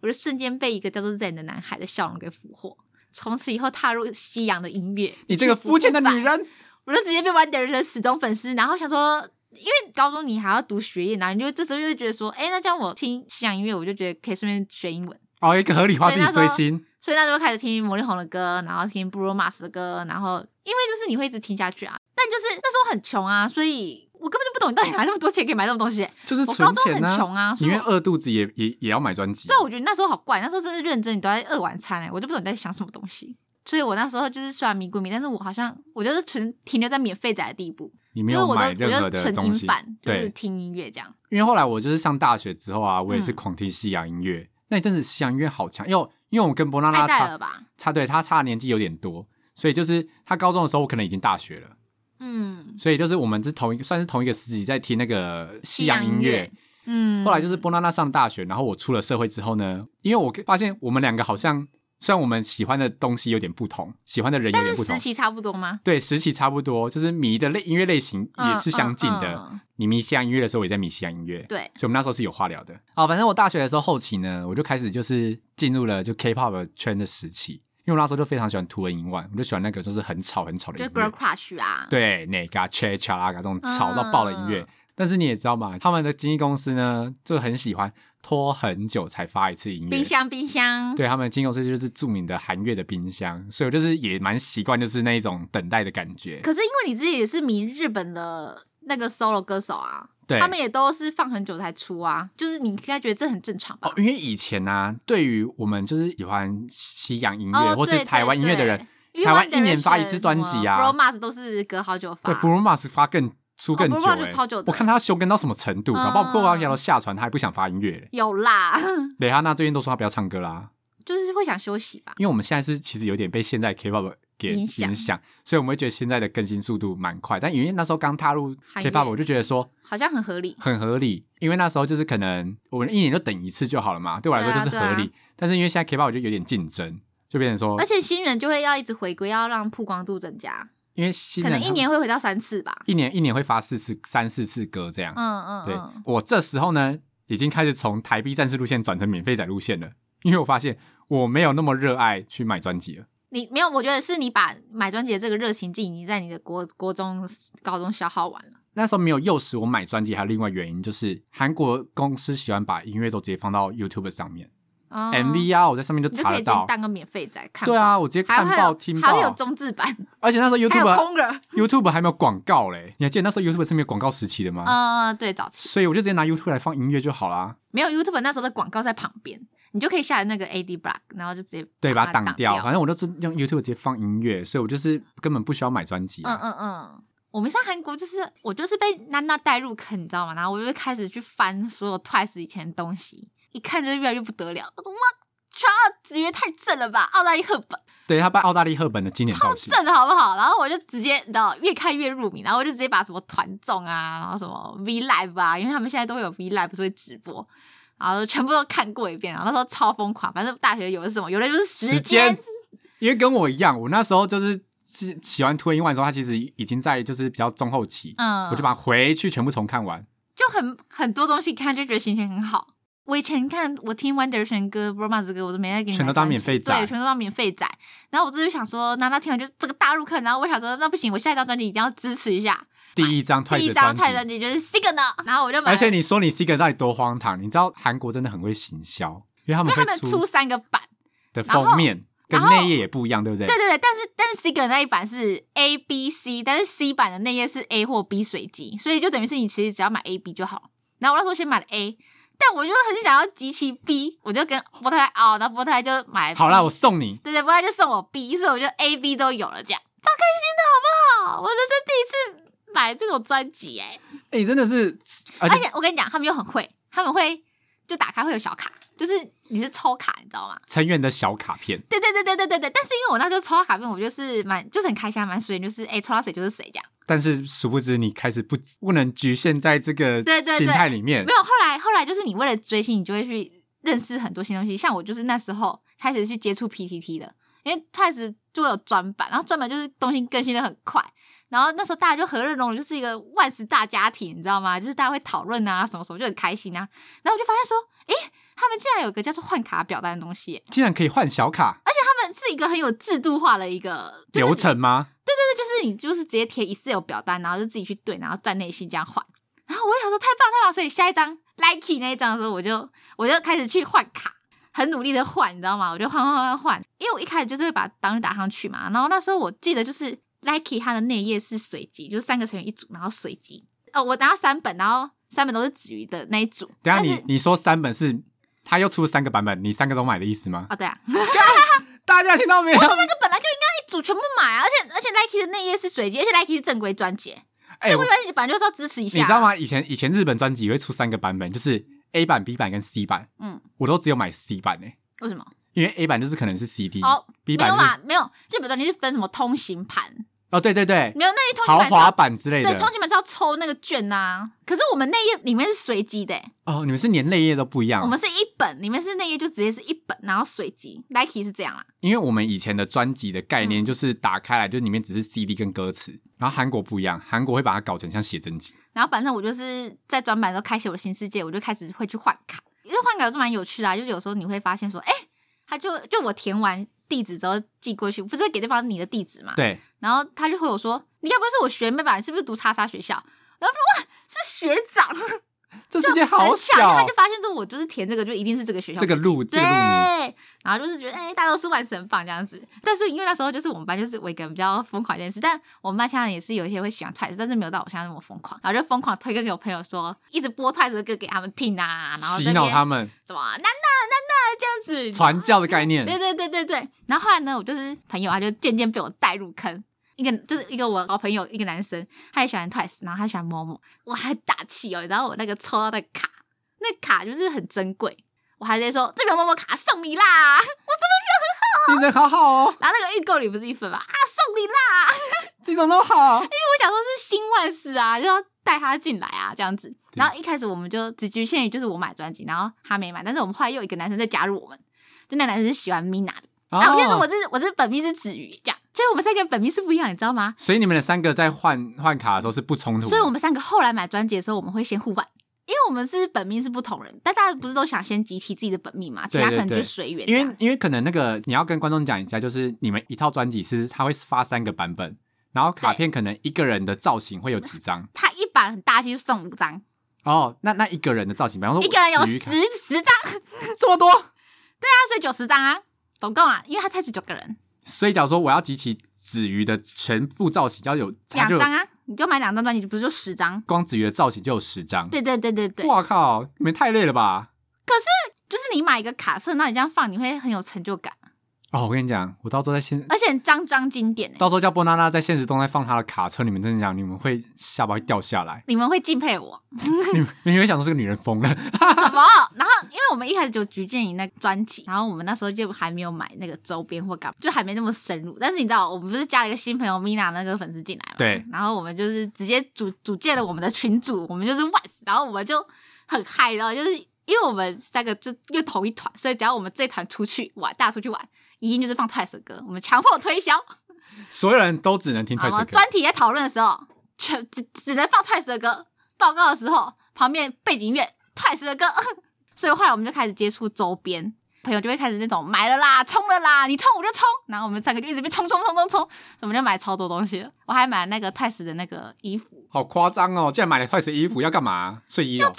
Speaker 1: 我就瞬间被一个叫做 Zen 的男孩的笑容给俘获。从此以后踏入西洋的音乐，
Speaker 2: 你这个肤浅的
Speaker 1: 一去不
Speaker 2: 女
Speaker 1: 返
Speaker 2: 人！
Speaker 1: 我就直接被 One Direction 死忠粉丝，然后想说，因为高中你还要读学业，然后你就这时候就会觉得说，哎，那这样我听西洋音乐，我就觉得可以顺便学英文，
Speaker 2: 哦，一个合理化自己追星，
Speaker 1: 所以那时候开始听魔力红的歌，然后听布鲁马斯的歌，然后因为就是你会一直听下去啊，但就是那时候很穷啊，所以我根本就不懂你到底哪来那么多钱可以买这种东西、
Speaker 2: 就是
Speaker 1: 我
Speaker 2: 存
Speaker 1: 高中
Speaker 2: 钱
Speaker 1: 很
Speaker 2: 呢、
Speaker 1: 穷啊，
Speaker 2: 你
Speaker 1: 所以
Speaker 2: 因为
Speaker 1: 我
Speaker 2: 饿肚子也也也要买专辑。啊
Speaker 1: 对，啊我觉得你那时候好怪，那时候真的认真，你都在饿晚餐哎、我就不懂你在想什么东西。所以我那时候就是虽然迷归迷，但是我好像我就是存停留在免费仔的地步，
Speaker 2: 你没
Speaker 1: 就是
Speaker 2: 有
Speaker 1: 我都
Speaker 2: 买
Speaker 1: 我
Speaker 2: 任
Speaker 1: 就
Speaker 2: 何的
Speaker 1: 纯
Speaker 2: 东
Speaker 1: 音
Speaker 2: 西。
Speaker 1: 反，就是
Speaker 2: 对，
Speaker 1: 听音乐这样。
Speaker 2: 因为后来我就是上大学之后啊，我也是
Speaker 1: 嗯
Speaker 2: 狂听西洋音乐。那一阵子西洋音乐好强，因为因为我跟波娜
Speaker 1: 爱
Speaker 2: 娜
Speaker 1: 戴尔
Speaker 2: 差
Speaker 1: 吧，
Speaker 2: 差，对她差的年纪有点多，所以就是她高中的时候，我可能已经大学了。
Speaker 1: 嗯
Speaker 2: 所以就是我们是同一个，算是同一个时期在听那个西洋音
Speaker 1: 西洋音
Speaker 2: 乐
Speaker 1: 乐。嗯。
Speaker 2: 后来就是波娜娜上大学，然后我出了社会之后呢，因为我发现我们两个好像，虽然我们喜欢的东西有点不同，喜欢的人有
Speaker 1: 但
Speaker 2: 点
Speaker 1: 是
Speaker 2: 不同
Speaker 1: 时，期差不多吗？
Speaker 2: 对时期差不多，就是迷的类音乐类型也是相近的。
Speaker 1: 嗯嗯嗯
Speaker 2: 你迷西洋音乐的时候，我也在迷西洋音乐，
Speaker 1: 对，
Speaker 2: 所以我们那时候是有话聊的啊。反正我大学的时候后期呢，我就开始就是进入了就 K-pop 的圈的时期，因为我那时候就非常喜欢图文音万，我就喜欢那个就是很吵很吵的
Speaker 1: 就
Speaker 2: 音
Speaker 1: 是
Speaker 2: 乐
Speaker 1: Girl，Crush 啊，，
Speaker 2: 对，那个 cha cha 啦，这种吵到爆的音乐。
Speaker 1: 嗯
Speaker 2: 但是你也知道嘛，他们的经纪公司呢就很喜欢拖很久才发一次音乐
Speaker 1: 冰，箱冰箱，
Speaker 2: 对他们经纪公司就是著名的韩乐的冰箱，所以我就是也蛮习惯就是那一种等待的感觉。
Speaker 1: 可是因为你自己也是迷日本的那个 solo 歌手啊，
Speaker 2: 对，
Speaker 1: 他们也都是放很久才出啊，就是你应该觉得这很正常吧
Speaker 2: 哦，？因为以前呢、啊，对于我们就是喜欢西洋音乐、
Speaker 1: 哦
Speaker 2: 或是
Speaker 1: 对
Speaker 2: 台湾音乐的人，台湾一年发一次专辑啊
Speaker 1: b r o m a s 都是隔好久发
Speaker 2: 对，Bruno Mars 发更出更
Speaker 1: 哦
Speaker 2: 久、
Speaker 1: 不然
Speaker 2: 欸
Speaker 1: 就超久的
Speaker 2: 我看他要休更到什么程度，
Speaker 1: 嗯嗯
Speaker 2: 搞不好 Pogo 要下船，他还不想发音乐、欸。
Speaker 1: 有啦，
Speaker 2: 蕾哈娜最近都说她不要唱歌啦，
Speaker 1: 就是会想休息吧。
Speaker 2: 因为我们现在是其实有点被现在 K-pop 给
Speaker 1: 影
Speaker 2: 影
Speaker 1: 响
Speaker 2: 响，所以我们会觉得现在的更新速度蛮快。但因为那时候刚踏入
Speaker 1: 行业
Speaker 2: K-pop，我就觉得说
Speaker 1: 好像很合理。
Speaker 2: 很合理，因为那时候就是可能我们一年就等一次就好了嘛，对我来说
Speaker 1: 对啊
Speaker 2: 就是合理。
Speaker 1: 对
Speaker 2: 但是因为现在 K-pop 我就有点竞争，就变成说
Speaker 1: 而，且新人就会要一直回归，要让曝光度增加，
Speaker 2: 因为新
Speaker 1: 可
Speaker 2: 人
Speaker 1: 能一
Speaker 2: 他们
Speaker 1: 年会回到三次吧。
Speaker 2: 一年一年会发四次、三四次歌这样。
Speaker 1: 嗯嗯
Speaker 2: 对
Speaker 1: 嗯，
Speaker 2: 我这时候呢，已经开始从台币战士路线转成免费仔路线了，因为我发现我没有那么热爱去买专辑了。
Speaker 1: 你没有，我觉得是你把买专辑的这个热情劲，已经在你的国国中、高中消耗完了。
Speaker 2: 那时候没有诱使我买专辑，还有另外原因就是韩国公司喜欢把音乐都直接放到 YouTube 上面、
Speaker 1: 嗯
Speaker 2: MV 啊，我在上面就
Speaker 1: 你就
Speaker 2: 查
Speaker 1: 可以直
Speaker 2: 得
Speaker 1: 接
Speaker 2: 到。
Speaker 1: 当个免费仔看。
Speaker 2: 对，啊，我直接
Speaker 1: 还
Speaker 2: 看
Speaker 1: 会
Speaker 2: 到
Speaker 1: 有
Speaker 2: 听
Speaker 1: 还会有
Speaker 2: 到，
Speaker 1: 中字版，
Speaker 2: 而且那时
Speaker 1: 还
Speaker 2: 候
Speaker 1: 有
Speaker 2: YouTube
Speaker 1: 空格。
Speaker 2: YouTube 还没有广告嘞，你还记得那时候 YouTube 是没有广告时期的吗？
Speaker 1: 嗯，对，早期
Speaker 2: 所以我就直接拿 YouTube 来放音乐就好啦，
Speaker 1: 没有 YouTube 那时候的广告在旁边，你就可以下载那个 AD Block，然后就直接
Speaker 2: 对，把它
Speaker 1: 它
Speaker 2: 挡
Speaker 1: 挡
Speaker 2: 掉。反正我都是用 YouTube 直接放音乐，所以我就是根本不需要买专辑啊。
Speaker 1: 嗯嗯嗯，我们上韩国就是我就是被娜娜带入坑，你知道吗？然后我就开始去翻所有 Twice 以前的东西，一看就越来越不得了。我说哇，全二子曰太正了吧，澳大利赫本
Speaker 2: 对他办澳大利赫本的经典造型，
Speaker 1: 正的好不好？然后我就直接你知道越看越入迷，然后我就直接把什么团综啊，然后什么 V Live 啊，因为他们现在都会有 V Live 不是会直播。然后全部都看过一遍，然后那时候超疯狂。反正大学有的是什么，有的就是时间，
Speaker 2: 因为跟我一样，我那时候就是喜喜欢 Two in One 的时候，他其实已经在就是比较中后期，
Speaker 1: 嗯，
Speaker 2: 我就把它回去全部重看完。
Speaker 1: 就很很多东西看就觉得心情很好。我以前看我听 One Direction 歌、Romance 歌，我都没在给你
Speaker 2: 全都
Speaker 1: 买
Speaker 2: 当
Speaker 1: 专
Speaker 2: 免
Speaker 1: 辑
Speaker 2: 费仔
Speaker 1: 对，全都当免费仔。然后我这就想说，娜娜听完就这个大入坑，然后我想说，那不行，我下一张专辑一定要支持一下。
Speaker 2: 第一张
Speaker 1: 第
Speaker 2: Twice
Speaker 1: 一
Speaker 2: 的
Speaker 1: 张
Speaker 2: 专辑
Speaker 1: 泰，专辑就是 Signal，然后我就买了，
Speaker 2: 而且你说你是一个到底多荒唐？你知道韩国真的很会行销，因为他
Speaker 1: 因
Speaker 2: 们
Speaker 1: 为他
Speaker 2: 会
Speaker 1: 们出
Speaker 2: 出
Speaker 1: 三个版，
Speaker 2: 的
Speaker 1: 然后
Speaker 2: 封面跟
Speaker 1: 然后
Speaker 2: 内页也不一样，对不对
Speaker 1: 对？对对，但是但是 Signal 那一版是 A B C，但是 C 版的那页是 A 或 B 随机，所以就等于是你其实只要买 A B 就好。然后我那时候先买了 A，但我就很想要集齐 B，我就跟波特莱熬，然后波特莱就买
Speaker 2: 好
Speaker 1: B
Speaker 2: 啦，我送你。
Speaker 1: 对对，不然就送我 B，所以我就 A、B 都有了，这样超开心的好不好？我人生第一次买这种专辑哎、
Speaker 2: 哎、真的是，而
Speaker 1: 而
Speaker 2: 且
Speaker 1: 且我跟你讲，他们又很会，他们会就打开会有小卡，就是你是抽卡，你知道吗？
Speaker 2: 成员的小卡片，
Speaker 1: 对对对对对对对，但是因为我那时候抽到卡片，我就是蛮就是很开心啊，蛮随缘，就是哎、抽到谁就是谁这样。
Speaker 2: 但是殊不知你开始不不能局限在这个
Speaker 1: 对对对
Speaker 2: 心态里面
Speaker 1: 没，有，后来后来就是你为了追星，你就会去认识很多新东西。像我就是那时候开始去接触 PTT 的，因为 Twice 就有专版，然后专版就是东西更新的很快。然后那时候大家就和乐融融，就是一个万事大家庭，你知道吗？就是大家会讨论啊，什么什么就很开心啊。然后我就发现说，诶，他们竟然有个叫做换卡表单的东西耶，
Speaker 2: 竟然可以换小卡
Speaker 1: 他们是一个很有制度化的一个就是
Speaker 2: 流程吗？
Speaker 1: 就是你就是直接贴 Excel 表单，然后就自己去对，然后站内心这样换。然后我就想说太棒太棒，所以下一张 Nike 那一张的时候，我就我就开始去换卡，很努力的换，你知道吗？我就换换换换，因为我一开始就是会把档案打上去嘛。然后那时候我记得就是 Nike 它的内页是随机，就是三个成员一组，然后随机。哦，我拿到三本，然后三本都是子瑜的那一组。
Speaker 2: 等一下
Speaker 1: 但
Speaker 2: 你
Speaker 1: 是
Speaker 2: 你说三本是，他又出三个版本，你三个都买的意思吗？
Speaker 1: 哦，对啊，
Speaker 2: 大家听到没有？
Speaker 1: 这本来就应该一组全部买啊，而且而且 Nike 的内页是随机，而且 Nike 是正规专辑，
Speaker 2: 哎、
Speaker 1: 正
Speaker 2: 我
Speaker 1: 规专辑本来就是要支持一下，
Speaker 2: 你知道？吗？以前以前日本专辑也会出三个版本，就是 A 版、B 版跟 C 版，
Speaker 1: 嗯，
Speaker 2: 我都只有买 C 版诶、欸
Speaker 1: 为什么？
Speaker 2: 因为 A 版就是可能是 CD，、
Speaker 1: 哦
Speaker 2: b
Speaker 1: 没
Speaker 2: 版
Speaker 1: 有
Speaker 2: 是
Speaker 1: 啦，没有日本专辑是分什么通行盘，
Speaker 2: 哦对对对，
Speaker 1: 没有那一通行
Speaker 2: 豪
Speaker 1: 盘是
Speaker 2: 华
Speaker 1: 要
Speaker 2: 版之类
Speaker 1: 对，通
Speaker 2: 的。
Speaker 1: 行盘是要抽那个券呐、可是我们内页里面是随机的欸、
Speaker 2: 哦，你们是连内页都不一样、
Speaker 1: 我
Speaker 2: 哦
Speaker 1: 们，是一本，里面是内页就直接是一本，然后随机。Nike 是这样啦，啊
Speaker 2: 因为我们以前的专辑的概
Speaker 1: 嗯
Speaker 2: 念就是打开来就是里面只是 CD 跟歌词，然后韩国不一样，韩国会把它搞成像写真集。
Speaker 1: 然后反正我就是在转版的时候开启我的新世界，我就开始会去换卡，因为换卡就蛮有趣的、啊，就是有时候你会发现说，哎、他就就我填完地址之后寄过去，不是会给对方你的地址嘛？
Speaker 2: 对，
Speaker 1: 然后他就回我说，你该不会是我学妹吧？你是不是读叉叉学校？然后我说哇，是学长。
Speaker 2: 这世界好
Speaker 1: 很巧因为
Speaker 2: 小
Speaker 1: 他就，发现说我就是填这个就一定是这个学校
Speaker 2: 这个路这
Speaker 1: 对
Speaker 2: 个路名，，
Speaker 1: 然后就是觉得哎、大家都是万神榜这样子。但是因为那时候就是我们班就是我一个人比较疯狂一件事，但我们班其他人也是有一些会喜欢 Twice，但是没有到我现在那么疯狂，然后就疯狂推歌给我朋友说，一直播 Twice 的歌给他们听啊，然后
Speaker 2: 洗脑他
Speaker 1: 们
Speaker 2: 们
Speaker 1: 什么啊娜娜娜娜这样子
Speaker 2: 传教的概
Speaker 1: 对
Speaker 2: 念。
Speaker 1: 对对对对，然后后来呢，我就是朋友，他就渐渐被我带入坑。一个就是一个我好朋友，一个男生，他也喜欢 Twice，然后他喜欢 Momo，我还打气哦，然后我那个抽到的卡，那卡就是很珍贵，我还在说这边有 Momo 卡送你啦，
Speaker 2: 你人好好哦，
Speaker 1: 然后那个预购礼不是一分嘛，啊送你啦，
Speaker 2: 你怎么那么好？
Speaker 1: 我想说是新万事啊，就要带他进来啊，这样子。然后一开始我们就只局限于就是我买专辑，然后他没买，但是我们后来又有一个男生再加入我们，就那男生是喜欢 Mina 的，然哎啊后我就说我
Speaker 2: 哦，
Speaker 1: 这我这本命是子瑜，这样，所以我们三个本命是不一样，你知道吗？
Speaker 2: 所以你们的三个在换换卡的时候是不冲突的，
Speaker 1: 所以我们三个后来买专辑的时候，我们会先互换。因为我们是本命是不同人，但大家不是都想先集齐自己的本命嘛？其
Speaker 2: 对
Speaker 1: 他可能
Speaker 2: 对
Speaker 1: 就
Speaker 2: 对
Speaker 1: 随缘这
Speaker 2: 因
Speaker 1: 样。
Speaker 2: 为因为可能那个你要跟观众讲一下，就是你们一套专辑是它会发三个版本，然后卡片可能一个人的造型会有几张
Speaker 1: 他一版很大气，就送五张，
Speaker 2: 哦，那那一个人的造型，比方说
Speaker 1: 一个人有
Speaker 2: 我
Speaker 1: 十
Speaker 2: 子瑜卡
Speaker 1: 十张，
Speaker 2: 这么 多，
Speaker 1: 他所以九十张啊，总共啊，因为他才十九个人。
Speaker 2: 所以假如说我要集齐子瑜的全部造型，要有它
Speaker 1: 两
Speaker 2: 就有
Speaker 1: 张啊，你就买两张专辑，不是就十张？
Speaker 2: 光子瑜的造型就有十张，
Speaker 1: 对对对对对，
Speaker 2: 哇靠，你们太累了吧？
Speaker 1: 就是你买一个卡册，那你这样放，你会很有成就感，
Speaker 2: 哦，我跟你讲，我到时候在现，
Speaker 1: 而且张张经典、欸，
Speaker 2: 到时候叫波娜娜在现实中在放她的卡车，你们真的讲，你们会下巴会掉下来，
Speaker 1: 你们会敬佩我
Speaker 2: 你们你们会想说这个女人疯了。
Speaker 1: 什么？然后，因为我们一开始就局限于那个专辑，然后我们那时候就还没有买那个周边或干嘛，就还没那么深入。但是你知道，我们不是加了一个新朋友 Mina 那个粉丝进来嘛？
Speaker 2: 对。
Speaker 1: 然后我们就是直接组组建了我们的群组，我们就是 Once，然后我们就很嗨，然后就是因为我们三个就又同一团，所以只要我们这一团出去玩，大家出去玩，一定就是放蔡的歌，我们强迫推销。
Speaker 2: 所有人都只能听
Speaker 1: 好，
Speaker 2: Twice
Speaker 1: 我
Speaker 2: 的
Speaker 1: 们
Speaker 2: 歌，
Speaker 1: 哦专题在讨论的时候，全只只能放 Twice 的歌。报告的时候，旁边背景音乐 Twice 的歌。 所以后来我们就开始接触周边，朋友就会开始那种买了啦，冲了啦，你冲我就冲。然后我们三个就一直被冲冲冲冲冲，所以我们就买超多东西了。我还买了那个 Twice 的那个衣服，因
Speaker 2: 好夸张哦！竟然买了 Twice 的衣服，要干嘛？睡衣哦。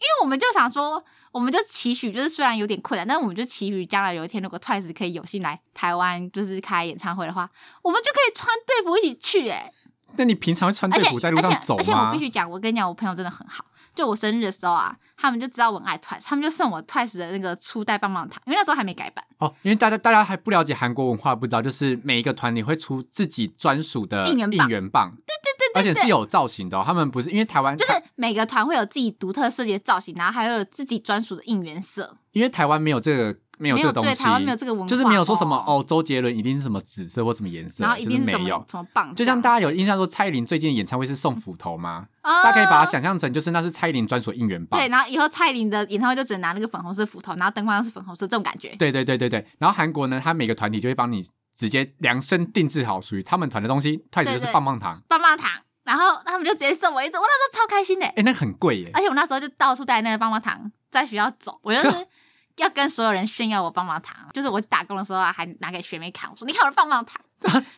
Speaker 1: 为我们就想说，我们就期许，就是虽然有点困难，但我们就期许将来有一天，如果 Twice 可以有幸来台湾，就是开演唱会的话，我们就可以穿队服一起去、欸。
Speaker 2: 那你平常会穿
Speaker 1: 而
Speaker 2: 队
Speaker 1: 且
Speaker 2: 服在路上走
Speaker 1: 而且而且我
Speaker 2: 吗
Speaker 1: 必？须讲，我跟你讲，我朋友真的很好。就我生日的时候啊，他们就知道我很爱 Twice，他们就送我 Twice 的那个初代棒棒糖，因为那时候还没改版。
Speaker 2: 哦，因为大家大家还不了解韩国文化，不知道就是每一个团体会出自己专属的
Speaker 1: 应援棒
Speaker 2: 应援棒，
Speaker 1: 对
Speaker 2: 而
Speaker 1: 对对
Speaker 2: 且
Speaker 1: 对
Speaker 2: 是
Speaker 1: 对，
Speaker 2: 有造型的哦。他们不是因为台湾，
Speaker 1: 就
Speaker 2: 台
Speaker 1: 是每个团会有自己独特设计的造型，然后还会有自己专属的应援色。
Speaker 2: 因为台湾没有这个没有
Speaker 1: 没
Speaker 2: 这
Speaker 1: 有
Speaker 2: 个东
Speaker 1: 对
Speaker 2: 西，
Speaker 1: 台湾没有这个文化
Speaker 2: 就是没有说什么
Speaker 1: 哦
Speaker 2: 哦，周杰伦一定是什么紫色或什么颜色，
Speaker 1: 然后一定
Speaker 2: 就是
Speaker 1: 什
Speaker 2: 是没有
Speaker 1: 么。什么棒，
Speaker 2: 就像大家有印象说，蔡依林最近的演唱会是送斧头吗？
Speaker 1: 啊
Speaker 2: 大家可以把它想象成就是那是蔡依林专属应援棒
Speaker 1: 对，。然后以后蔡依林的演唱会就只能拿那个粉红色斧头，然后灯光是粉红色这种感觉。
Speaker 2: 对对对对对。然后韩国呢，它每个团体就会帮你直接量身定制好属于他们团的东西，t w i c
Speaker 1: 对
Speaker 2: e
Speaker 1: 对
Speaker 2: 就是棒棒糖。
Speaker 1: 棒棒糖，然后他们就直接送我一支，我那时候超开心的、
Speaker 2: 哎，那很贵耶
Speaker 1: 而。且我那时候就到处带那个棒棒糖，在学校走，我就是 要跟所有人炫耀我棒棒糖，就是我打工的时候啊，还拿给学妹看，我说你看我的棒棒 糖，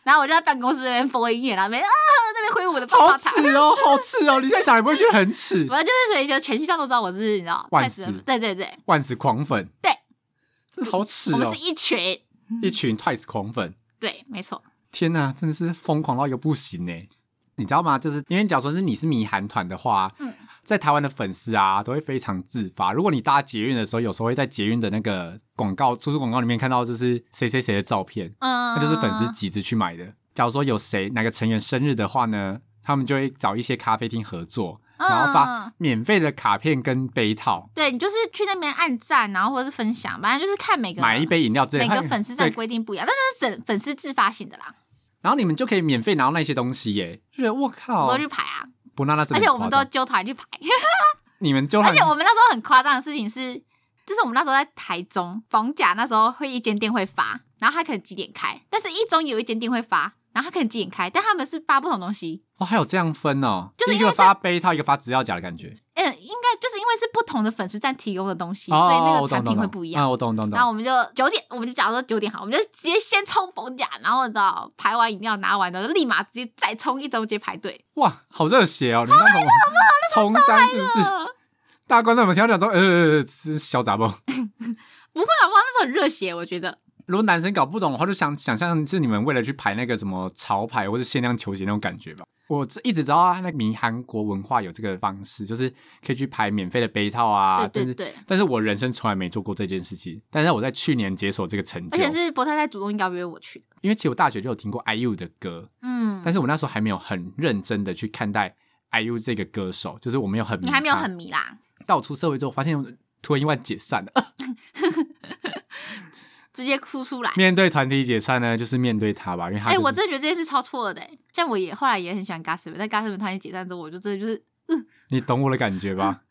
Speaker 1: 然后我就在办公室那边播音乐，然后那边啊那边挥舞我的棒
Speaker 2: 好
Speaker 1: 棒糖，
Speaker 2: 耻哦，好耻哦！你现在想，你不会觉得很 耻？
Speaker 1: 我就是所以就全学校都知道我是你知道，
Speaker 2: 万
Speaker 1: 快死了
Speaker 2: 死
Speaker 1: 对对对，
Speaker 2: 万死狂粉，
Speaker 1: 对，
Speaker 2: 真的好耻
Speaker 1: 我们
Speaker 2: 哦
Speaker 1: 是！一群，
Speaker 2: 一群 Twice 狂粉，
Speaker 1: 对，没错，
Speaker 2: 天呐，真的是疯狂到一个不行呢。你知道吗？就是因为假如说是你是迷韩团的话，
Speaker 1: 嗯
Speaker 2: 在台湾的粉丝啊都会非常自发。如果你搭捷运的时候，有时候会在捷运的那个广告、出租广告里面看到就是谁谁谁的照片，
Speaker 1: 嗯，
Speaker 2: 那就是粉丝集资去买的。假如说有谁哪个成员生日的话呢，他们就会找一些咖啡厅合作，
Speaker 1: 嗯，
Speaker 2: 然后
Speaker 1: 嗯
Speaker 2: 发
Speaker 1: 嗯
Speaker 2: 免费的卡片跟杯套，
Speaker 1: 对你就是去那边按赞，然后或者是分享，反正就是看每个
Speaker 2: 买一。杯饮料之类
Speaker 1: 每
Speaker 2: 的。
Speaker 1: 个粉丝站
Speaker 2: 对
Speaker 1: 规定不一样，但是粉粉丝自发性的啦，
Speaker 2: 然后你们就可以免费拿到那些东西耶，就觉得我
Speaker 1: 我
Speaker 2: 靠
Speaker 1: 都，去排啊，
Speaker 2: 不那那真
Speaker 1: 而
Speaker 2: 的
Speaker 1: 且
Speaker 2: 很
Speaker 1: 我们
Speaker 2: 哦夸
Speaker 1: 都
Speaker 2: 张
Speaker 1: 揪团去排，
Speaker 2: 你们就
Speaker 1: 而
Speaker 2: 很
Speaker 1: 且我们那时候很夸张的事情是，就是我们那时候在台中逢甲，那时候会一间店会发，然后他可能几点开，但是一中有一间店会发，然后他可能几点开，但他们是发不同东西。
Speaker 2: 哦，还有这样分哦，
Speaker 1: 就是
Speaker 2: 一
Speaker 1: 因为
Speaker 2: 个
Speaker 1: 是
Speaker 2: 发杯套，一个发资料夹的感觉，
Speaker 1: 嗯，应该就是因为是不同的粉丝站提供的东西，
Speaker 2: 哦
Speaker 1: 所以那
Speaker 2: 我
Speaker 1: 个
Speaker 2: 懂
Speaker 1: 产
Speaker 2: 懂
Speaker 1: 品会
Speaker 2: 懂
Speaker 1: 不一样。
Speaker 2: 嗯我懂懂
Speaker 1: 然后
Speaker 2: 懂。
Speaker 1: 我们就九点，我们就假如说九点好，我们就直接先冲逢甲，然后你知道排完饮料拿完的，立马直接再冲一中街排队。
Speaker 2: 哇，好热血哦！你们那种冲山是不是？
Speaker 1: 呃
Speaker 2: 大观众们听到讲说，呃，是小杂包。
Speaker 1: 不会啊，不好？那时候很热血，我觉得。
Speaker 2: 如果男生搞不懂的话，就想想象是你们为了去排那个什么潮牌或是限量球鞋那种感觉吧。我一直知道他那迷韩国文化有这个方式，就是可以去排免费的杯套啊。
Speaker 1: 对对对
Speaker 2: 但是，但是我人生从来没做过这件事情，但是我在去年解锁这个成
Speaker 1: 而
Speaker 2: 就，
Speaker 1: 且是博太太主动邀约我去的。
Speaker 2: 因为其实我大学就有听过 IU 的歌，
Speaker 1: 嗯，
Speaker 2: 但是我那时候还没有很认真的去看待 IU 这个歌手，就是我没有很迷
Speaker 1: 你还没有
Speaker 2: 他
Speaker 1: 很迷啦，
Speaker 2: 到出社会之后，发现突然意外解散了。
Speaker 1: 直接哭出来。
Speaker 2: 面对团体解散呢，就是面对他吧，因为他、
Speaker 1: 哎、
Speaker 2: 就是
Speaker 1: 我真的觉得这件事超错的、欸。像我也后来也很喜欢 Gossip，但 Gossip 团体解散之后，我就真的就是
Speaker 2: 你懂我的感觉吧？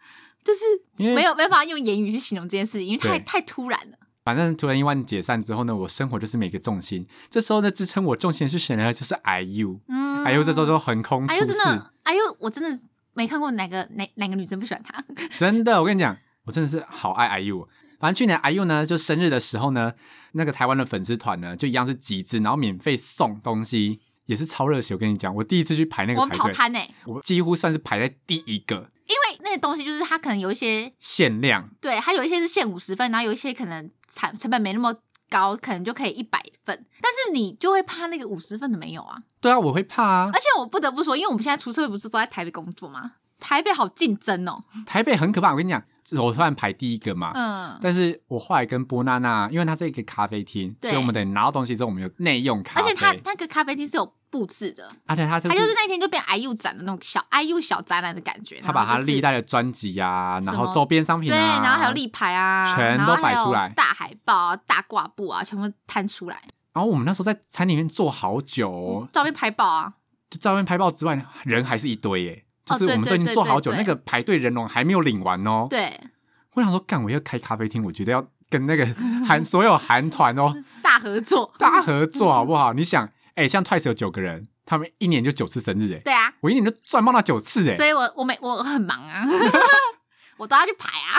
Speaker 1: 就是
Speaker 2: 因为
Speaker 1: 没有没有办法用言语去形容这件事情，因为太
Speaker 2: 对
Speaker 1: 太突然了。
Speaker 2: 反正突然意外解散之后呢，我生活就是每个重心。这时候呢，支撑我重心的是谁呢？就是 IU。
Speaker 1: 嗯
Speaker 2: IU 这时候就横空
Speaker 1: 哎呦
Speaker 2: 出
Speaker 1: 真
Speaker 2: 世，
Speaker 1: 的，哎呦我真的没看过哪个哪哪个女生不喜欢他。
Speaker 2: 真的，我跟你讲，我真的是好爱 IU 哦。反正去年 IU 呢，就生日的时候呢，那个台湾的粉丝团呢，就一样是集资，然后免费送东西，也是超热血。我跟你讲，我第一次去排那
Speaker 1: 我
Speaker 2: 个
Speaker 1: 们
Speaker 2: 排
Speaker 1: 跑
Speaker 2: 队，
Speaker 1: 摊哎、
Speaker 2: 我几乎算是排在第一个，
Speaker 1: 因为那个东西就是它可能有一些
Speaker 2: 限量。
Speaker 1: 对，它有一些是限五十份，然后有一些可能产成本没那么高，可能就可以一百份，但是你就会怕那个五十份的没有啊。
Speaker 2: 对啊，我会怕 啊。
Speaker 1: 而且我不得不说，因为我们现在出社会不是都在台北工作吗？台北好竞争哦，
Speaker 2: 台北很可怕，我跟你讲，我突然排第一个嘛。
Speaker 1: 嗯，
Speaker 2: 但是我后来跟波娜娜，因为它是一个咖啡厅，
Speaker 1: 对
Speaker 2: 所以我们等拿到东西之后，我们有内用咖
Speaker 1: 而
Speaker 2: 啡。
Speaker 1: 且它那个咖啡厅是有布置的，
Speaker 2: 而且它就
Speaker 1: 它就是
Speaker 2: 是
Speaker 1: 那天就变 IU 展的那种小 IU 小展览的感觉，
Speaker 2: 它把
Speaker 1: 然后
Speaker 2: 它
Speaker 1: 就是
Speaker 2: 历代的专辑呀，然
Speaker 1: 什
Speaker 2: 后
Speaker 1: 么
Speaker 2: 周边商品
Speaker 1: 对，
Speaker 2: 啊，
Speaker 1: 然后还有立牌啊，
Speaker 2: 全都摆
Speaker 1: 然后
Speaker 2: 出来
Speaker 1: 还有大海报啊、大挂布啊，全部摊出来，
Speaker 2: 然后我们那时候在餐厅里面坐好久哦、
Speaker 1: 照片拍爆啊，
Speaker 2: 就照片拍爆之外，人还是一堆耶。就
Speaker 1: 哦
Speaker 2: 是我们
Speaker 1: 对
Speaker 2: 都已
Speaker 1: 对
Speaker 2: 经
Speaker 1: 对
Speaker 2: 坐好
Speaker 1: 对
Speaker 2: 久，
Speaker 1: 对
Speaker 2: 那个排队人龙还没有领完哦。
Speaker 1: 对，
Speaker 2: 我想说，干，我要开咖啡厅，我觉得要跟 那个韩所有韩团哦
Speaker 1: 大合作，
Speaker 2: 大合作，好不好？你想，哎、像 Twice 有九个人，他们一年就九次生日，哎，
Speaker 1: 对啊，
Speaker 2: 我一年就赚爆那九次，哎
Speaker 1: 所，以我我每我很忙 啊，我都要去排啊，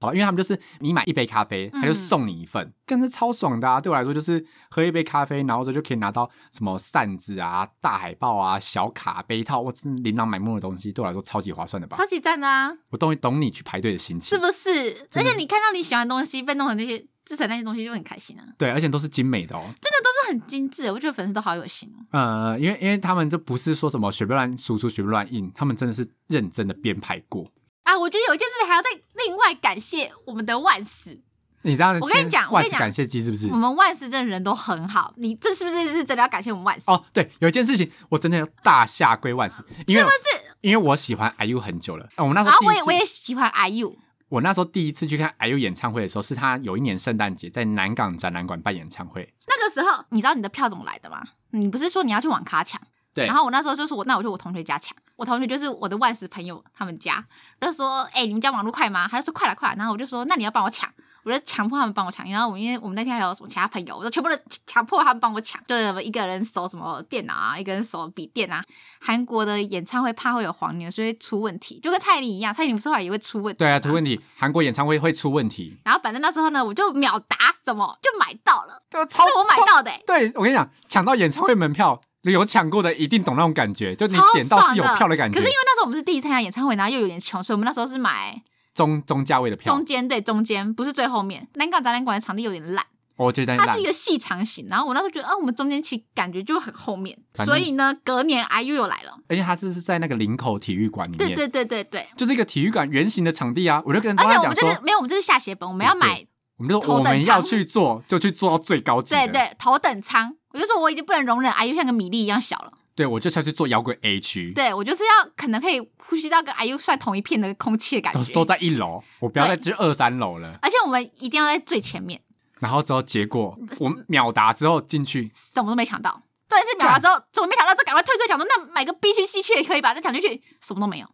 Speaker 2: 好吧，因为他们就是你买一杯咖啡，
Speaker 1: 嗯
Speaker 2: 他就送你一份，但是超爽的啊！对我来说，就是喝一杯咖啡，然后这就可以拿到什么扇子啊、大海报啊、小卡、杯套，哇，真是琳琅满目的东西，对我来说超级划算的吧
Speaker 1: 超？级赞的啊，
Speaker 2: 我终于懂你去排队的心
Speaker 1: 是
Speaker 2: 情，
Speaker 1: 不是？而且你看到你喜欢的东西被弄成那些制成那些东西，就很开心啊，
Speaker 2: 对，而且都是精美的哦。
Speaker 1: 真的都是很精致，我觉得粉丝都好有心哦，
Speaker 2: 呃，因为因为他们这不是说什么随便乱输出、随便乱印，他们真的是认真的编排过。
Speaker 1: 啊，我觉得有一件事还要再另外感谢我们的万事。
Speaker 2: 你这样，
Speaker 1: 我跟你讲我
Speaker 2: 万
Speaker 1: 跟你
Speaker 2: 事
Speaker 1: 讲嗯
Speaker 2: 感谢祭是不是
Speaker 1: 我？们万事真的人都很好，你这是不是是真的要感谢我们万事？
Speaker 2: 哦，对，有一件事情我真的要大下归万事，因为
Speaker 1: 是不是？
Speaker 2: 因为我喜欢 IU 很久了，呃我那时
Speaker 1: 然
Speaker 2: 候
Speaker 1: 后
Speaker 2: 第一
Speaker 1: 我
Speaker 2: 次
Speaker 1: 也我也喜欢 IU，
Speaker 2: 我那时候第一次去看 IU 演唱会的时候，是他有一年圣诞节在南港展览馆办演唱会。
Speaker 1: 那个时候你知道你的票怎么来的吗？你不是说你要去网咖抢？
Speaker 2: 对
Speaker 1: 然后我那时候就是我，那我就我同学家抢，我同学就是我的万事朋友他们家，我就说，哎、你们家网络快吗？他就说快了快了，然后我就说，那你要帮我抢，我就强迫他们帮我抢，然后我们因为我们那天还有什么其他朋友，我就全部都强迫他们帮我抢，就是我一个人手什么电脑啊，一个人手笔电啊。韩国的演唱会怕会有黄牛，所以出问题，就跟蔡依林一样，蔡依林不是后来也会出问题，
Speaker 2: 对啊，出问题，韩国演唱会会出问题。
Speaker 1: 然后反正那时候呢，我就秒答什么就买到了，
Speaker 2: 对，超
Speaker 1: 是我买。到的、欸，
Speaker 2: 对，我跟你讲，抢到演唱会门票，有抢过的一定懂那种感觉，就你
Speaker 1: 超
Speaker 2: 点到
Speaker 1: 爽
Speaker 2: 是有票的感觉
Speaker 1: 可是因。为那时候我们是第一次参加演唱会，然后又有点穷，所以我们那时候是买
Speaker 2: 中中价位的票
Speaker 1: 中，间对中间，不是最后面。南港展览馆的场地有点烂，
Speaker 2: 我觉得
Speaker 1: 它
Speaker 2: 哎烂
Speaker 1: 是一。个细长型，然后我那时候觉得，啊，我们中间其实感觉就很后面，
Speaker 2: 反正
Speaker 1: 所以呢，隔年 IU 又来了，
Speaker 2: 而且它这是在那个林口体育馆里面，
Speaker 1: 对对对对对。
Speaker 2: 就是一个体育馆圆形的场地啊。我就跟
Speaker 1: 而
Speaker 2: 大
Speaker 1: 且
Speaker 2: 家
Speaker 1: 我
Speaker 2: 讲
Speaker 1: 们这
Speaker 2: 说
Speaker 1: 是，没有，我们这是下血本，我们要买
Speaker 2: 我们就说
Speaker 1: 头
Speaker 2: 我
Speaker 1: 等
Speaker 2: 们要
Speaker 1: 舱
Speaker 2: 去做，就去做到最高级的。
Speaker 1: 对对头等舱。我就说我已经不能容忍 IU 像个米粒一样小了，
Speaker 2: 对，我就是要去做摇滚 A 区，
Speaker 1: 对我就是要可能可以呼吸到跟 IU 算同一片的空气的感
Speaker 2: 都
Speaker 1: 觉，
Speaker 2: 都在一楼，我不要再
Speaker 1: 对
Speaker 2: 去二三楼了。
Speaker 1: 而且我们一定要在最前面，
Speaker 2: 然后之后结果我秒答之后进去，
Speaker 1: 什么都没抢到。重点是秒了之后，怎么没抢到？这赶快退出，想说那买个 B 区、C 区也可以吧？再抢进去，什么都没有，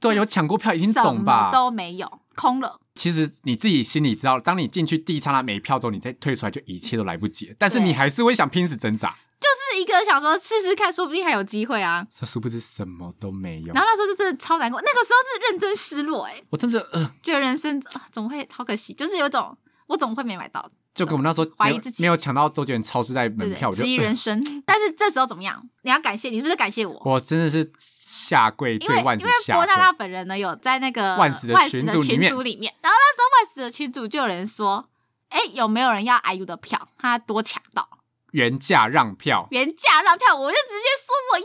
Speaker 2: 对，有抢过票已经
Speaker 1: 什
Speaker 2: 懂
Speaker 1: 么
Speaker 2: 吧？
Speaker 1: 都没有，空了。
Speaker 2: 其实你自己心里知道，当你进去第一刹那没票之后，你再退出来就一切都来不及了。但是
Speaker 1: 对
Speaker 2: 你还是会想拼死挣扎，
Speaker 1: 是一个想说试试看，说不定还有机会啊。
Speaker 2: 这殊不知什么都没有
Speaker 1: 然。后那时候就真的超难过，那个时候是认真失落、欸，
Speaker 2: 我真是呃，
Speaker 1: 觉得人生啊怎么会好可惜，就是有种我怎么会没买到，
Speaker 2: 就跟我们那时候
Speaker 1: 怀疑
Speaker 2: 没有
Speaker 1: 自己
Speaker 2: 没有抢到周杰伦超市在
Speaker 1: 对
Speaker 2: 门
Speaker 1: 不
Speaker 2: 票，
Speaker 1: 对？
Speaker 2: 我就
Speaker 1: 质疑
Speaker 2: 呃
Speaker 1: 人生。 但是这时候怎么样？你要感谢，你是不是感谢我？
Speaker 2: 我真的是下跪
Speaker 1: 因为因
Speaker 2: 对
Speaker 1: 为
Speaker 2: 万子下
Speaker 1: 波
Speaker 2: 跪
Speaker 1: 娜。娜本人呢有在那个
Speaker 2: 万死的群组里面
Speaker 1: 群组里面，然后那时候万死的群组就有人说，哎、有没有人要 IU 的票？他多抢到
Speaker 2: 原价让票，
Speaker 1: 原价让票，我就直接说我要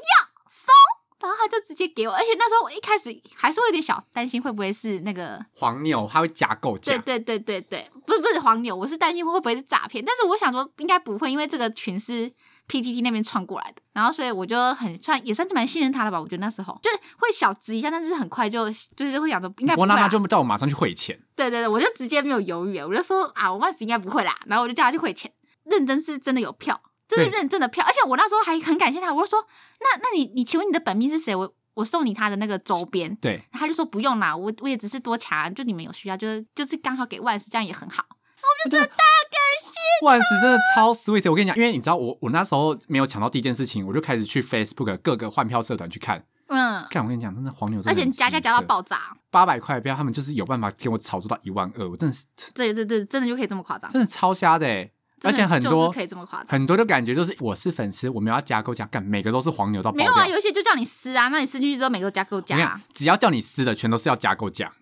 Speaker 1: 收，然后他就直接给我，而且那时候我一开始还是会有点小担心，会不会是那个
Speaker 2: 黄牛它会加购
Speaker 1: 对
Speaker 2: 价，
Speaker 1: 对对对对，不是不是黄牛，我是担心会不会是诈骗，但是我想说应该不会，因为这个群是 PTT 那边串过来的，然后所以我就很算也算是蛮信任他的吧，我觉得那时候就是会小质疑一下，但是很快就就是会想说应该不会
Speaker 2: 不
Speaker 1: 啊
Speaker 2: 过娜娜
Speaker 1: 啦，
Speaker 2: 就叫我马上去汇钱，
Speaker 1: 对对对，我就直接没有犹豫，我就说啊，我万死应该不会啦，然后我就叫他去汇钱，认真是真的有票，这是
Speaker 2: 对
Speaker 1: 认真的票，而且我那时候还很感谢他，我就说那那你你请问你的本命是谁？我我送你他的那个周边，
Speaker 2: 对，
Speaker 1: 他就说不用啦，我我也只是多查，就你们有需要，就是就是刚好给万斯，这样也很好。
Speaker 2: 我真的大感谢万斯，真的超 sweet。我跟你讲，因为你知道我我那时候没有抢到第一件事情，我就开始去 Facebook 各个换票社团去看。
Speaker 1: 嗯，
Speaker 2: 看我跟你讲，真的黄牛真
Speaker 1: 而
Speaker 2: 的
Speaker 1: 且
Speaker 2: 很
Speaker 1: 你
Speaker 2: 机车，
Speaker 1: 加价加到爆炸，
Speaker 2: 八百块的票，他们就是有办法给我炒作到一万二，我真的是
Speaker 1: 对对对，真的就可以这么夸张，
Speaker 2: 真的超瞎的欸
Speaker 1: 真
Speaker 2: 而
Speaker 1: 的
Speaker 2: 且很
Speaker 1: 就
Speaker 2: 多
Speaker 1: 是可以这么夸张。
Speaker 2: 很多的感觉就是我是粉丝，我们要加购加干，每个都是黄牛到爆
Speaker 1: 没
Speaker 2: 掉。
Speaker 1: 有啊，有一些就叫你撕啊，那你撕进去之后每个都加购
Speaker 2: 我
Speaker 1: 加
Speaker 2: 跟你
Speaker 1: 啊、
Speaker 2: 讲，只要叫你撕的，全都是要加购价。
Speaker 1: 啊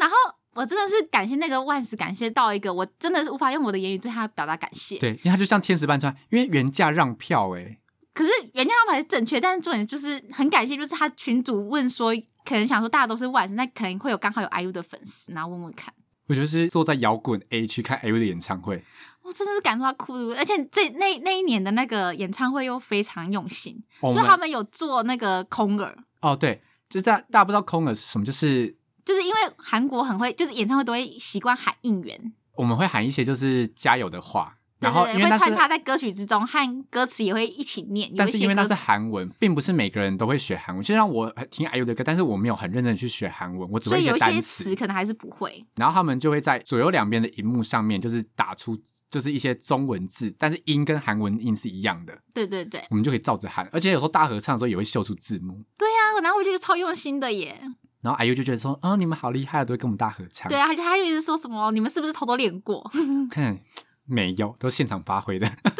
Speaker 1: 然后我真的是感谢那个万斯，感谢到一个我真的是无法用我的言语对他表达感谢。
Speaker 2: 对，因为它就像天使般穿，因为原价让票哎、
Speaker 1: 可是原谅他牌是正确，但是重点就是很感谢，就是他群主问说，可能想说大家都是万斯，那可能会有刚好有 IU 的粉丝，然后问问看。
Speaker 2: 我觉得是坐在摇滚 A 区看 A 的演唱会，
Speaker 1: 我真的是感动到哭，而且这那那一年的那个演唱会又非常用心，
Speaker 2: 哦我
Speaker 1: 就他
Speaker 2: 们
Speaker 1: 们有做那个空耳，
Speaker 2: 哦对，就是大大家不知道空耳是什么，就是
Speaker 1: 就是因为韩国很会，就是演唱会都会习惯喊应援，
Speaker 2: 我们会喊一些就是加油的话，
Speaker 1: 对
Speaker 2: 然后
Speaker 1: 对
Speaker 2: 因
Speaker 1: 对，
Speaker 2: 为
Speaker 1: 会
Speaker 2: 那
Speaker 1: 穿
Speaker 2: 是
Speaker 1: 插在歌曲之中，和歌词也会一起念，有
Speaker 2: 但
Speaker 1: 一
Speaker 2: 是
Speaker 1: 些
Speaker 2: 因为那
Speaker 1: 歌
Speaker 2: 是
Speaker 1: 词
Speaker 2: 韩文，并不是每个人都会学韩文。就像我听 IU 的歌，但是我没有很认真地去学韩文，我只
Speaker 1: 所
Speaker 2: 会
Speaker 1: 以有一
Speaker 2: 单
Speaker 1: 些
Speaker 2: 词
Speaker 1: 词。可能还是不会，
Speaker 2: 然后他们就会在左右两边的荧幕上面，就是打出就是一些中文字，但是音跟韩文音是一样的，
Speaker 1: 对对对，
Speaker 2: 我们就可以照着喊。而且有时候大合唱的时候也会秀出字幕，
Speaker 1: 对呀、啊然后我就觉得超用心的耶，
Speaker 2: 然后 IU 就觉得说：“啊、你们好厉害，都会跟我们大合唱。”
Speaker 1: 对，啊，他就一直说什么你们是不是偷偷练过，
Speaker 2: 看没有，都现场发挥的。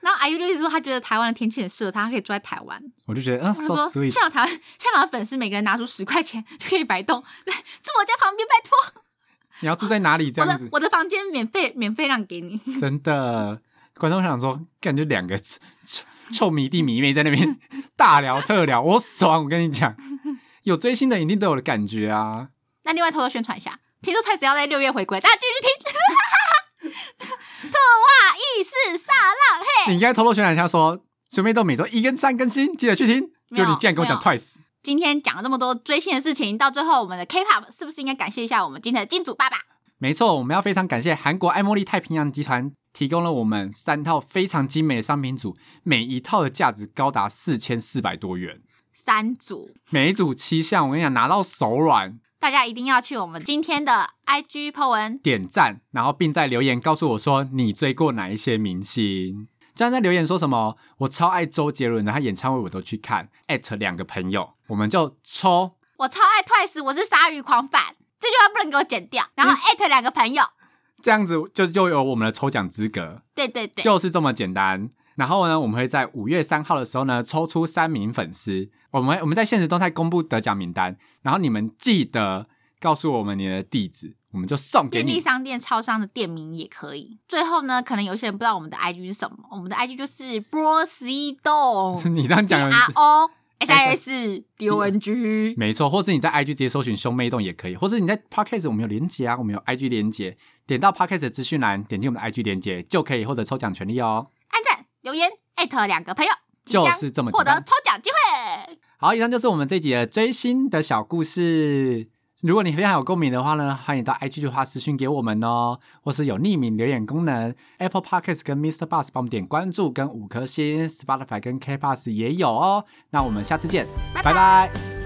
Speaker 1: 然后 IU 就一直说他觉得台湾的天气很适合他，他可以住在台湾，
Speaker 2: 我就觉得啊、
Speaker 1: 他
Speaker 2: s o
Speaker 1: 说：“
Speaker 2: sweet。
Speaker 1: 香港台湾香港的粉丝每个人拿出十块钱 就可以摆动，来住我家旁边，拜托，
Speaker 2: 你要住在哪里？这
Speaker 1: 我
Speaker 2: 样
Speaker 1: 的
Speaker 2: 子，
Speaker 1: 我的房间免费免费让给你。
Speaker 2: 真的。观众想说，感觉两个臭臭臭迷弟迷妹在 那边大聊特聊，我爽！我跟你讲，有追星的一定都有的感觉啊。
Speaker 1: 那另外偷偷宣传一下，听说蔡子要在六月回归，大家继续听。 特哇意识萨浪嘿，
Speaker 2: 你应该偷偷宣传一下说学妹都每周一跟三更新，记得去听。
Speaker 1: 没
Speaker 2: 就
Speaker 1: 有
Speaker 2: 你竟然跟我讲
Speaker 1: 没
Speaker 2: twice，
Speaker 1: 今天讲了这么多追星的事情，到最后我们的 K-pop 是不是应该感谢一下我们今天的金主爸爸？
Speaker 2: 没错，我们要非常感谢韩国爱茉莉太平洋集团提供了我们三套非常精美的商品组，每一套的价值高达四千四百多元，
Speaker 1: 三组，
Speaker 2: 每一组七项，我跟你讲拿到手软，
Speaker 1: 大家一定要去我们今天的 IG po 文，
Speaker 2: 点赞，然后并在留言告诉我说你追过哪一些明星。这样在留言说什么？我超爱周杰伦的，他演唱会我都去看。艾特两个朋友，我们就抽。
Speaker 1: 我超爱 Twice，我是鲨鱼狂fan，这句话不能给我剪掉，然
Speaker 2: 嗯
Speaker 1: 后艾特两个朋友。
Speaker 2: 这样子就就有我们的抽奖资格，
Speaker 1: 对对对，
Speaker 2: 就是这么简单。然后呢，我们会在五月三号的时候呢，抽出三名粉丝，我们我们在现实动态公布得奖名单，然后你们记得告诉我们你的地址，我们就送给
Speaker 1: 便利
Speaker 2: 你。
Speaker 1: 商店、超商的店名也可以。最后呢，可能有些人不知道我们的 IG 是什么，我们的 IG 就是 Bro C Dong
Speaker 2: 你这样
Speaker 1: B
Speaker 2: 讲有
Speaker 1: R O S I S D O N G。
Speaker 2: 没错，或是你在 IG 直接搜寻兄妹洞也可以，或是你在 Podcast 我们有连接啊，我们有 IG 连接，点到 Podcast 的资讯栏，点击我们的 IG 连接就可以获得抽奖权利哦。
Speaker 1: 按赞、留言、艾特两个朋友，即
Speaker 2: 就
Speaker 1: 将
Speaker 2: 是这么
Speaker 1: 获
Speaker 2: 简
Speaker 1: 得
Speaker 2: 单。
Speaker 1: 抽奖机会。
Speaker 2: 好，以上就是我们这集的追星的小故事。如果你非常有共鸣的话呢，欢迎到 IG 的话私讯给我们哦，或是有匿名留言功能，Apple Podcast 跟 Mr. Bus 帮我们点关注跟五颗星，Spotify 跟 K Bus 也有哦。那我们下次见，
Speaker 1: 拜拜
Speaker 2: 拜拜